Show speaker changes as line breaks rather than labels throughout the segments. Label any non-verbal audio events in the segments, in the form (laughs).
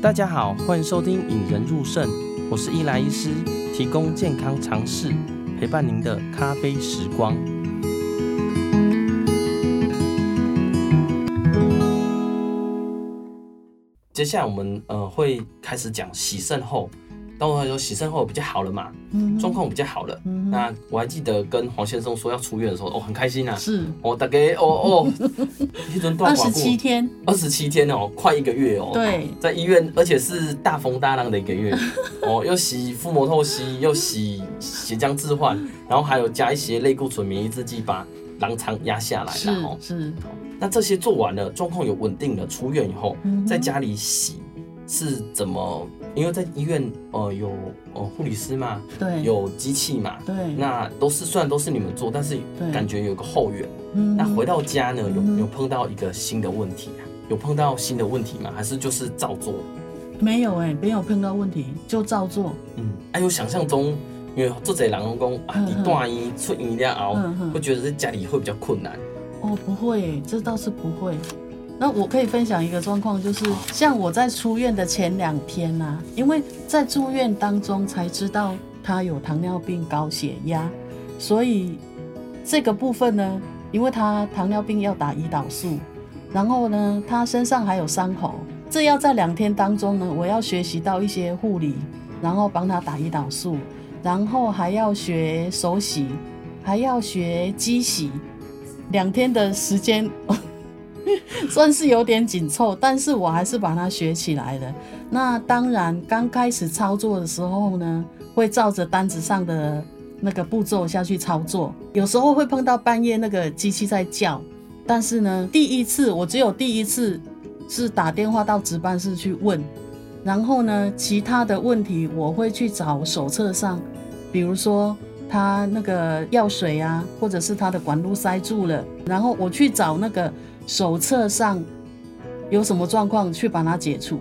大家好，欢迎收听《引人入胜》，我是伊莱医师，提供健康常识，陪伴您的咖啡时光。接下来我们呃会开始讲洗肾后，当然有洗肾后比较好了嘛，
嗯
状况比较好了。
嗯
那我还记得跟黄先生说要出院的时候，哦，很开
(laughs)
心啊！
是
哦，大概
(laughs)
哦哦，一轮断
二
寡
十
妇
七天，
二十七天哦，快一个月哦。
对，
在医院，而且是大风大浪的一个
(laughs)
月哦，又洗腹膜透析，又洗血浆置换，然后还有加一些类固醇免疫制剂，把狼疮压下来哦
是
然后
是，
那这些做完了，状况有稳定了，出院以后
嗯哼
在家里洗是怎么？因为在医院呃有呃护理师嘛，
对，
有机器嘛，
对，
那都是虽然都是你们做，但是
对
感觉有个后援。
嗯
那回到家呢，有
嗯
有碰到一个新的问题啊？有碰到新的问题吗？还是就是照做？
没有哎，没有碰到问题，就照做，
嗯，哎有想象中，因为做贼人工啊，
嗯
你
嗯
大医出医了后，
嗯
会
哼，
觉得在家里会比较困难。
哦，不会欸，这倒是不会。那我可以分享一个状况，就是像我在出院的前两天呐、啊，因为在住院当中才知道他有糖尿病、高血压，所以这个部分呢，因为他糖尿病要打胰岛素，然后呢，他身上还有伤口，这要在两天当中呢，我要学习到一些护理，然后帮他打胰岛素，然后还要学手洗，还要学机洗，两天的时间。 (laughs) 算是有点紧凑，但是我还是把它学起来了。那当然，刚开始操作的时候呢，会照着单子上的那个步骤下去操作，有时候会碰到半夜那个机器在叫，但是呢，第一次我只有第一次是打电话到值班室去问，然后呢，其他的问题我会去找手册上，比如说他那个药水啊，或者是他的管路塞住了，然后我去找那个手册上有什么状况去把它解除。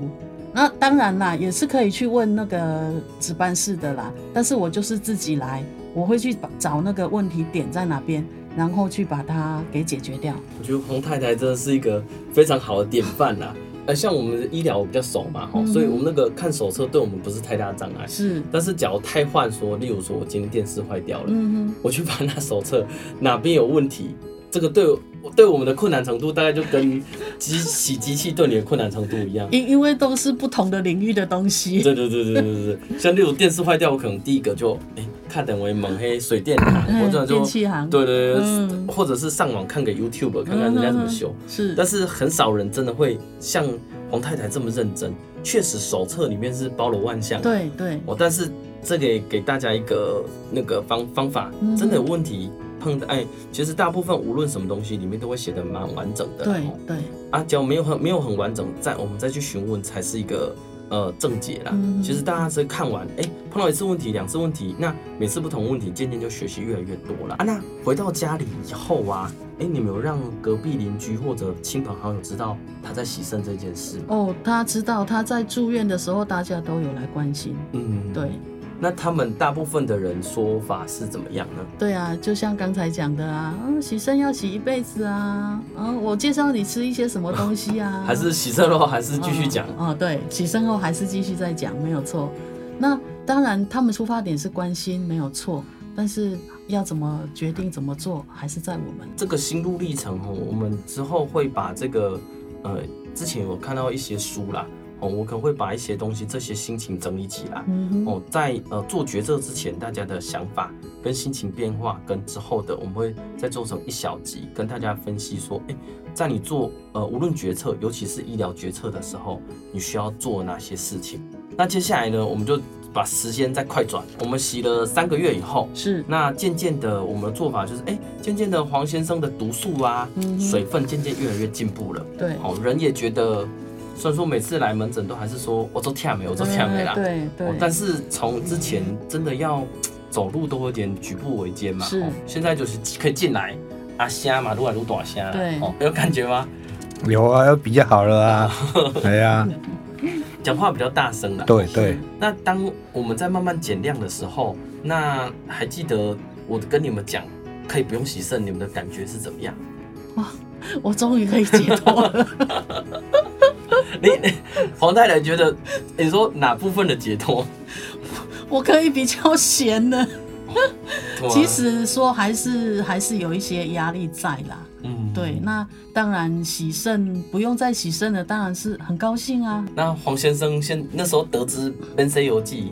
那当然啦，也是可以去问那个值班室的啦，但是我就是自己来，我会去找那个问题点在哪边，然后去把它给解决掉。
我觉得洪太太真的是一个非常好的典范啦。呃，像我们的医疗比较熟嘛，哈、
嗯
所以我们那个看手册对我们不是太大障碍。
是，
但是假如太换说，例如说我今天电视坏掉了，
嗯
(laughs) 我去把那手册哪边有问题，这个对我对我们的困难程度大概就跟机洗机器对你的困难程度一样
哼，。因因为都是不同的领域的东
(laughs)
西。
对对对对对对对，像例如电视坏掉，我可能第一个就哎、看等为猛黑水电行，或
嗯 (laughs)
者就
电器行
对对对，
嗯
或者是上网看个 YouTube 看看人家怎么修。
是，
但是很少人真的会像黄太太这么认真，确实手册里面是包罗万象。
对对，
哦，但是这个也给大家一个那个方方法，
嗯
真的有问题碰到哎，其实大部分无论什么东西里面都会写的蛮完整的啦。
对
哦
对，
啊，只要没有很没有很完整，再我们再去询问才是一个呃正解啦。
嗯
其实大家是看完，哎、碰到一次问题、两次问题，那每次不同问题，渐渐就学习越来越多了啊。那回到家里以后啊，哎、你们有让隔壁邻居或者亲朋好友知道他在洗肾这件事吗？
哦，他知道他在住院的时候，大家都有来关心。
嗯，
哦对。
那他们大部分的人说法是怎么样呢？，
对啊，就像刚才讲的啊，啊洗肾要洗一辈子啊，啊，我介绍你吃一些什么东西啊
(laughs) 还是洗肾后还是继续讲？
哦。哦，对，起身后还是继续再讲，没有错。那当然，他们出发点是关心，没有错，但是要怎么决定怎么做，还是在我们。
这个心路历程哦，我们之后会把这个呃，之前有看到一些书啦，哦，我可能会把一些东西这些心情整理起来。
嗯哼，
哦，在呃做决策之前，大家的想法跟心情变化，跟之后的，我们会再做成一小集，跟大家分析说，诶，在你做呃无论决策，尤其是医疗决策的时候，你需要做哪些事情。那接下来呢，我们就把时间再快转，我们洗了三个月以后，
是，
那渐渐的，我们的做法就是，哎、渐渐的，黄先生的毒素啊，
嗯哼
水分渐渐越来越进步了。
对，
哦，人也觉得，虽然说每次来门诊都还是说我都跳没，我都跳没啦
呃，对
哦
对，
但是从之前真的要走路都有点举步维艰嘛。
是
哦现在就是可以进来，啊虾嘛，撸来撸短虾。
对
哦，有感觉吗？
有啊，要比较好了啊，
哦
(laughs) 哎呀，
讲话比较大声了。
对对，
那当我们在慢慢减量的时候，那还记得我跟你们讲可以不用洗肾，你们的感觉是怎么样？
我终于可以解脱了。
(laughs) 你 (laughs) 你黄太太觉得欸你说哪部分的解
(laughs)
脱？
(laughs) 我可以比较闲的。
对啊
其，实说还是还是有一些压力在啦。
嗯，
对，。那当然喜肾不用再喜肾了，当然是很高兴啊。
那黄先生现那时候得知《奔 C 游记》，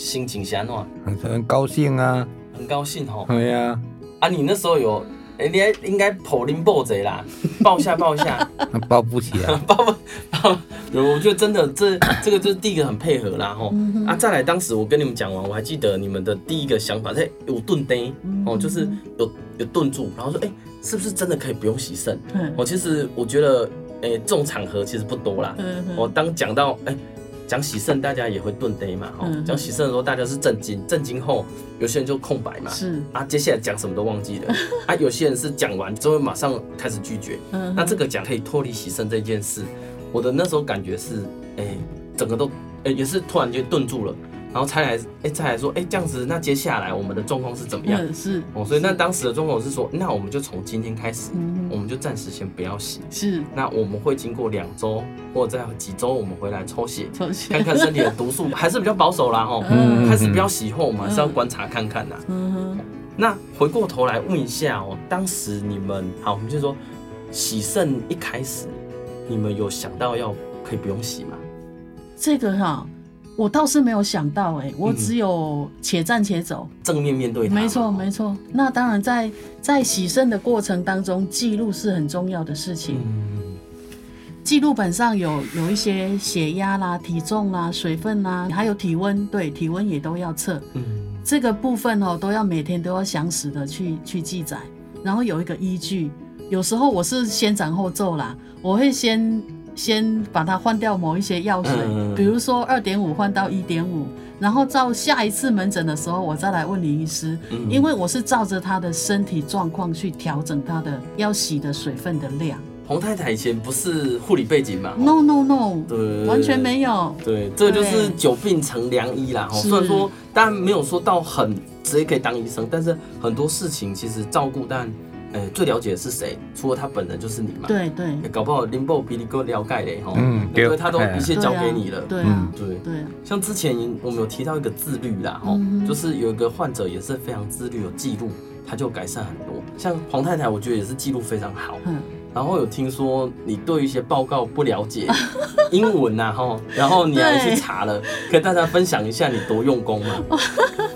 心情是安怎样？
很高兴啊，
很高兴吼。
对呀、
啊，你那时候有，哎、你还应该抱林抱贼啦， (laughs) 抱一下抱一下，
那抱不起
(laughs)
啊，
抱抱抱。我觉得真的这这个就是第一个很配合啦吼。
嗯哼
啊，再来，当时我跟你们讲完，我还记得你们的第一个想法，哎、有顿呆
嗯
哦，就是有有顿住，然后说，哎、是不是真的可以不用洗肾？
嗯
我、其实我觉得，哎、这种场合其实不多啦。
嗯
我、
哼
当讲到哎，讲喜肾，大家也会顿呆嘛，哈、
嗯
讲喜肾的时候，大家是震惊，震惊后有些人就空白嘛，
是，
啊，接下来讲什么都忘记了，啊，有些人是讲完之后马上开始拒绝。
嗯哼，
那这个讲可以脱离喜肾这件事，我的那时候感觉是，哎、整个都，哎、也是突然间顿住了，然后才来，哎、才来说，哎、这样子，那接下来我们的状况是怎么样？
嗯是，
哦，所以那当时的状况是说，那我们就从今天开始，
嗯
我
哼
们就暂时先不要洗，
是，
那我们会经过两周或者在几周，我们回来抽血，
抽血
看看身体的毒素，还是比较保守啦吼。
嗯
开始不要洗后，我们还是要观察看看呐。
嗯哼，
那回过头来问一下哦，当时你们好，我们就说洗肾一开始，你们有想到要可以不用洗吗？
这个哈、我倒是没有想到哎、我
嗯
只有且战且走。
正面面对啊它嘛，
没错，没错。那当然在，在洗肾的过程当中，记录是很重要的事情。
嗯，
记录本上有有一些血压啦、体重啦、水分啦，还有体温，对，体温也都要测。
嗯
这个部分哦，都要每天都要详实的去去记载，然后有一个依据。有时候我是先斩后奏啦，我会先先把它换掉某一些药水，
嗯
比如说二点五换到一点五，然后到下一次门诊的时候，我再来问林医师，
嗯
因为我是照着他的身体状况去调整他的要洗的水分的量。
洪太太以前不是护理背景嘛，吼
No no no，
对，
完全没有。
对，这就是
对
久病成良医啦。哦，
是
虽然说当然没有说到很直接可以当医生，但是很多事情其实照顾，但呃最了解的是谁？除了他本人就是你嘛。，
对对，
搞不好林博比你更了解嘞哈。
嗯
对，
对
他都一切交给你了。
对啊，
对，
对啊，
像之前我们有提到一个自律啦，哦，
嗯哼
就是有一个患者也是非常自律，有记录，他就改善很多。像黄太太，我觉得也是记录非常好。
嗯，
然后有听说你对一些报告不了
(laughs)
解英文呐、啊、哈，然后你还去查了，跟大家分享一下你多用功嘛。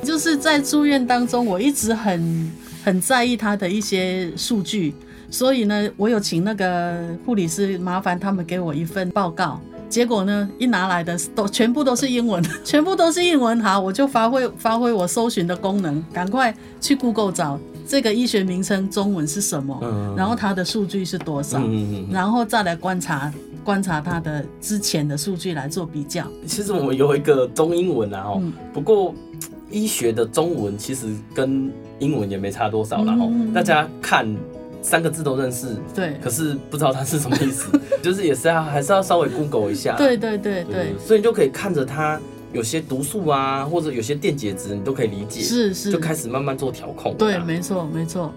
就是在住院当中，我一直很很在意他的一些数据，所以呢，我有请那个护理师麻烦他们给我一份报告。结果呢，一拿来的都全部都是英文， (laughs) 全部都是英文。好，我就发挥发挥我搜寻的功能，赶快去 Google 找这个医学名称中文是什么，
嗯
然后它的数据是多少，
嗯，嗯
然后再来观察观察它的之前的数据来做比较。
嗯其实我们有一个中英文啊哦，
嗯
不过医学的中文其实跟英文也没差多少啦哦，
嗯嗯嗯
大家看三个字都认识，
对
可是不知道它是什么意思， (laughs) 就是也是要还是要稍微 Google 一下。嗯
对对对对，
所以你就可以看着它有些毒素啊，或者有些电解质，你都可以理解。
是是，
就开始慢慢做调控了啦。啊
对，没错没错。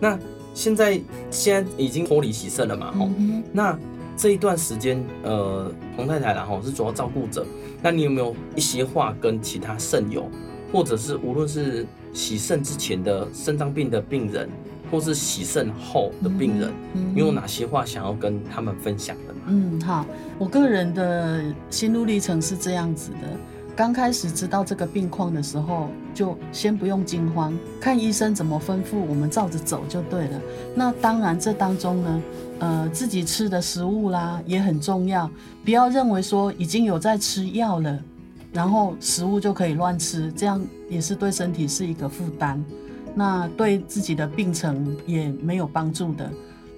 那现在现在已经脱离洗肾了嘛，吼、
嗯
那这一段时间，呃，洪太太然后是主要照顾者，那你有没有一些话跟其他肾友，或者是无论是洗肾之前的肾脏病的病人，或是洗肾后的病人，
哼
你有哪些话想要跟他们分享的吗？
嗯，好，我个人的心路历程是这样子的。刚开始知道这个病况的时候，就先不用惊慌，看医生怎么吩咐，我们照着走就对了。那当然，这当中呢，呃，自己吃的食物啦也很重要，不要认为说已经有在吃药了，然后食物就可以乱吃，这样也是对身体是一个负担，那对自己的病程也没有帮助的。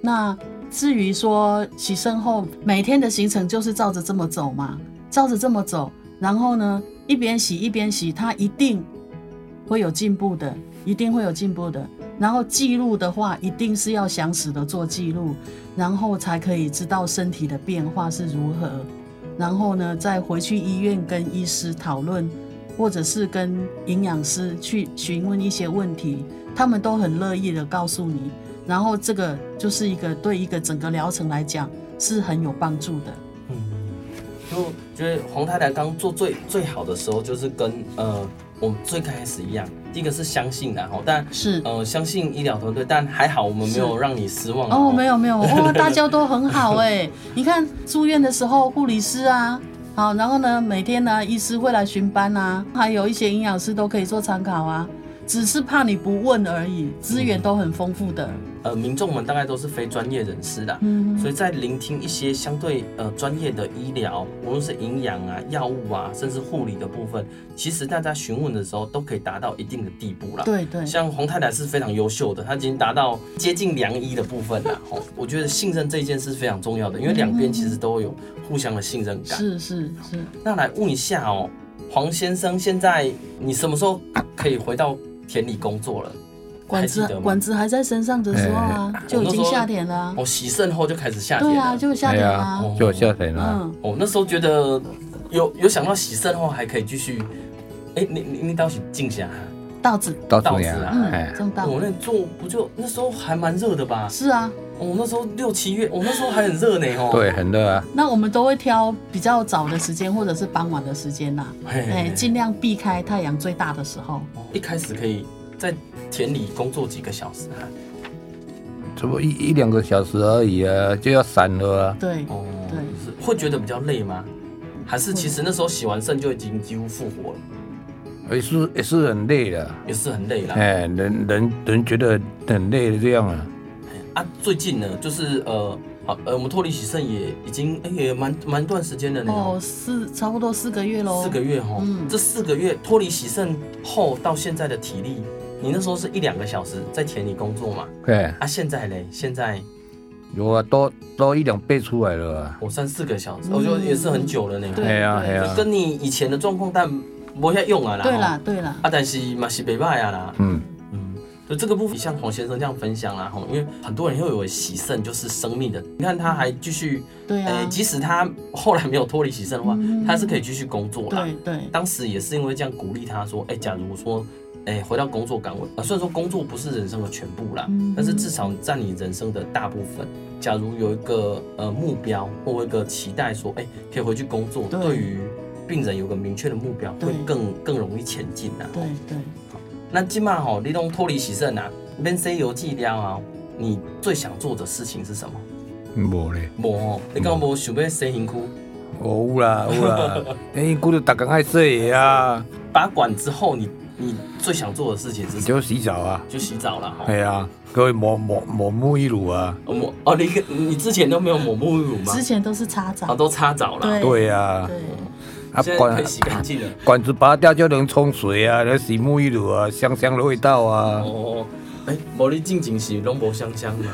那至于说洗身后每天的行程就是照着这么走嘛，照着这么走，然后呢一边洗一边洗，它一定会有进步的，一定会有进步的。然后记录的话，一定是要详实的做记录，然后才可以知道身体的变化是如何。然后呢，再回去医院跟医师讨论，或者是跟营养师去询问一些问题，他们都很乐意的告诉你。然后这个就是一个对一个整个疗程来讲是很有帮助的。
嗯，就是黄太太刚做最最好的时候，就是跟呃我们最开始一样，第一个是相信然后，但
是
呃相信医疗团队，但还好我们没有让你失望
哦，没
有，
有没有哦，大家都很好哎、 (laughs) 你看住院的时候，护理师啊，好，然后呢，每天呢，医师会来巡班啊，还有一些营养师都可以做参考啊，只是怕你不问而已，资源都很丰富的。
呃民众们大概都是非专业人士啦，
嗯，
所以在聆听一些相对呃专业的医疗，无论是营养啊、药物啊，甚至护理的部分，其实大家询问的时候都可以达到一定的地步啦。
对对，
像洪太太是非常优秀的，她已经达到接近良医的部分了。
嗯
吼，我觉得信任这一件事非常重要的，因为两边其实都有互相的信任感。
是是是，
那来问一下哦，黄先生，现在你什么时候可以回到田里工作了？
管
还
子啊
记得吗
管子还在身上的时候
哎
啊，就已经夏天了啊、
哦，洗肾后就开始夏天
对
了。
啊，就夏
哎
天
呀
啊，，
就夏天了。
嗯，
哦，那时候觉得有有想到洗肾后还可以继续，哎、你你你倒是静下。
稻子，
到处
到处
呀
啊，
哎
嗯，，种稻
我、，那做不就那时候还蛮热的吧？
是啊，
哦，那时候六七月，哦、那时候还很热呢哦。
对，很热啊。
那我们都会挑比较早的时间或者是傍晚的时间呐、哎，
嘿，
尽量避开太阳最大的时候。
一开始可以在田里工作几个小时啊？
只不过一一两个小时而已啊，就要散了啊。
对，
哦，
对
是会觉得比较累吗？还是其实那时候洗完肾就已经几乎复活了，
也是也是很累的，
也是很累啦。
哎，人人人觉得很累的这样啊。
啊，最近呢，就是呃，好，呃，我们脱离洗肾也已经哎、也蛮蛮段时间了呢。
哦，四差不多四个月喽。
四个月哈、
嗯
这四个月脱离洗肾后到现在的体力，你那时候是一两个小时在田里工作嘛？
哎，
啊，现在嘞，现在
有啊，多多一两倍出来了啊。
我算四个小时，
嗯
我觉得也是很久了呢。
对
哎呀
对
哎呀，
跟你以前的状况但没下用啊啦。
对
吼
啦，对啦，
啊，但是嘛是没办啊啦。
嗯，
嗯，就这个部分，像黄先生这样分享啦，吼，因为很多人会以为洗肾就是生命的，你看他还继续，
对
呃，
啊，
即使他后来没有脱离洗肾的话，
嗯
他是可以继续工作啦。
对对，
当时也是因为这样鼓励他说，哎、假如说，哎、回到工作岗位，啊，虽然说工作不是人生的全部啦，
嗯
但是至少占你人生的大部分。假如有一个呃目标或一个期待，说，哎、可以回去工作，
对
对于病人有个明确的目标，
对
会更更容易前进啊啦。
对对。
那今嘛吼，你拢脱离洗肾啊，免洗油剂了啊，你最想做的事情是什么？
无咧，
无吼，你敢无想要洗身躯？
哦有啦
(laughs)
有啦，哎，估计大家爱洗的啊，
拔管之后你，你最想做的事情是什么？
就洗澡啊。
就洗澡了哈。
哎呀，各位抹抹抹沐浴乳啊，
哦抹哦，你跟你之前都没有抹沐浴乳吗
之？前都是擦澡
啊，，都擦澡了，
对
对呀，
对，
啊
现在可
管
以洗干净了。
管子拔掉就能冲水啊，那洗沐浴乳啊，香香的味道啊，
哦，哎，无你进前是拢无香香吗？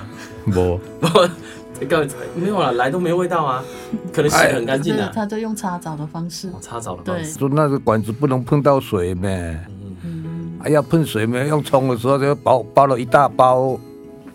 无
不，告诉你没有啦，来都没味道啊，可能洗
哎
得很干净
对，
啊。
他就用擦澡的方式
哦，擦澡的方式，
说那个管子不能碰到水咩，啊
嗯，
嗯，
还要喷水咩，用冲的时候就包包了一大包，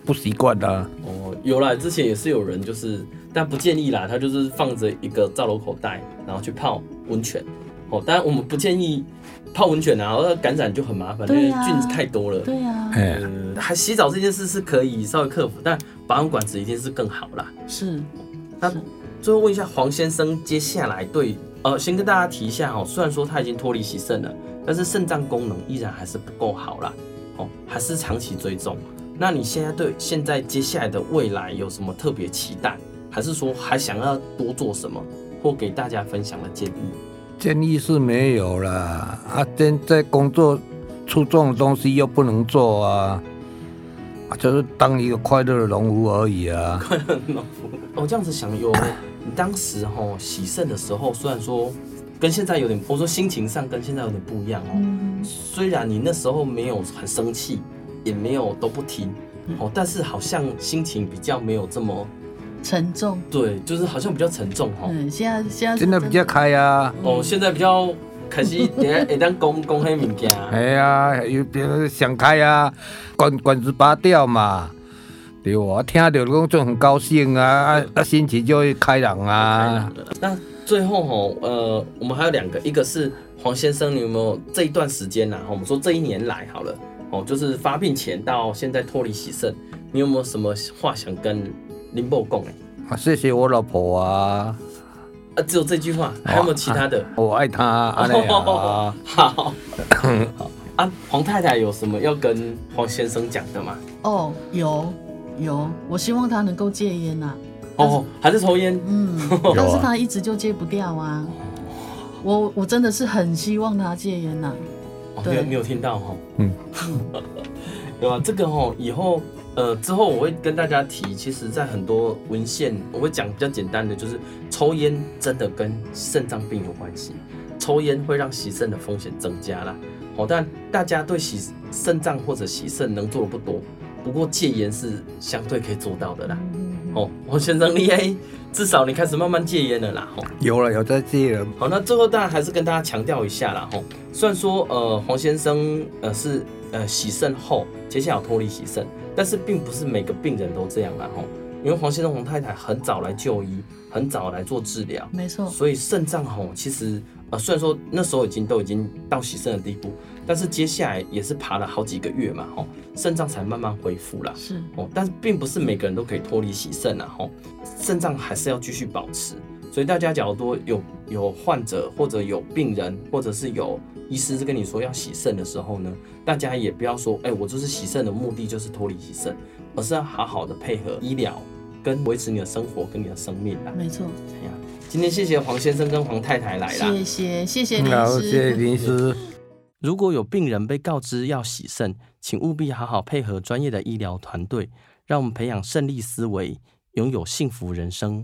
不习惯啊。
哦，有啦，之前也是有人就是，但不建议啦，他就是放着一个造瘘口袋，然后去泡温泉。哦，当然我们不建议泡温泉啊，然后感染就很麻烦，因
对
为
啊
菌太多了。
对啊呀，
哎，
嗯，还洗澡这件事是可以稍微克服，但保养管子一定是更好啦。
是
那
是
最后问一下黄先生，接下来对呃，先跟大家提一下哦，虽然说他已经脱离洗肾了，但是肾脏功能依然还是不够好啦，哦，还是长期追踪。那你现在对现在接下来的未来有什么特别期待，还是说还想要多做什么，或给大家分享的建议？
建议是没有啦，啊，现在工作出众的东西又不能做啊，啊，就是当一个快乐的农夫而已啊。
我、哦、这样子想有，你当时哦洗肾的时候，虽然说跟现在有点，我说心情上跟现在有点不一样哦，
嗯
虽然你那时候没有很生气，也没有都不听，哦，但是好像心情比较没有这么
沉重，
对，就是好像比较沉重哦。
嗯，现在现在
现在比较开啊，
哦，现在比较可惜，等下会当讲讲黑物件，
哎呀，有别人想开啊，管管子拔掉嘛，对我、啊、听到讲就很高兴啊，啊啊心情就会开朗啊。
那最后哦，呃，我们还有两个，一个是黄先生，你有没有这一段时间呐、我们说这一年来好了，哦，就是发病前到现在脱离洗肾，你有没有什么话想跟林某讲？哎，
啊，谢谢我老婆啊，
啊，只有这句话，还有没有其他的？
我爱他，安尼啊，
好， (coughs) 好啊，黄太太有什么要跟黄先生讲的吗？
哦，有有，我希望他能够戒烟呐、
哦，还是抽烟？
嗯，
啊
但是他一直就戒不掉啊。我我真的是很希望他戒烟呐、
哦，
对
没有没有听到哈，
嗯，
(laughs) 对吧？这个哈，以后呃之后我会跟大家提，其实，在很多文献我会讲比较简单的，就是抽烟真的跟肾脏病有关系，抽烟会让洗肾的风险增加啦。好，但大家对洗肾脏或者洗肾能做的不多，不过戒烟是相对可以做到的啦。哦，黄先生，你哎，至少你开始慢慢戒烟了啦，吼。
有了有在戒了，
好，那最后当然还是跟大家强调一下啦，吼，虽然说呃黄先生呃是呃洗肾后，接下来有脱离洗肾，但是并不是每个病人都这样啦，吼，因为黄先生、黄太太很早来就医，很早来做治疗，
没错，
所以肾脏吼其实呃虽然说那时候已经都已经到洗肾的地步，但是接下来也是爬了好几个月嘛，吼，肾脏才慢慢恢复啦。
是
哦，但是并不是每个人都可以脱离洗肾啊，吼、肾脏还是要继续保持。所以大家假如多有有患者或者有病人，或者是有医师跟你说要洗肾的时候呢，大家也不要说，哎、我就是洗肾的目的就是脱离洗肾，而是要好好的配合医疗跟维持你的生活跟你的生命啊。
没错。
哎呀，今天谢谢黄先生跟黄太太来啦。
谢谢谢谢
然后
老
谢谢
师，
林师，
如果有病人被告知要洗肾，请务必好好配合专业的医疗团队，让我们培养胜利思维，拥有幸福人生。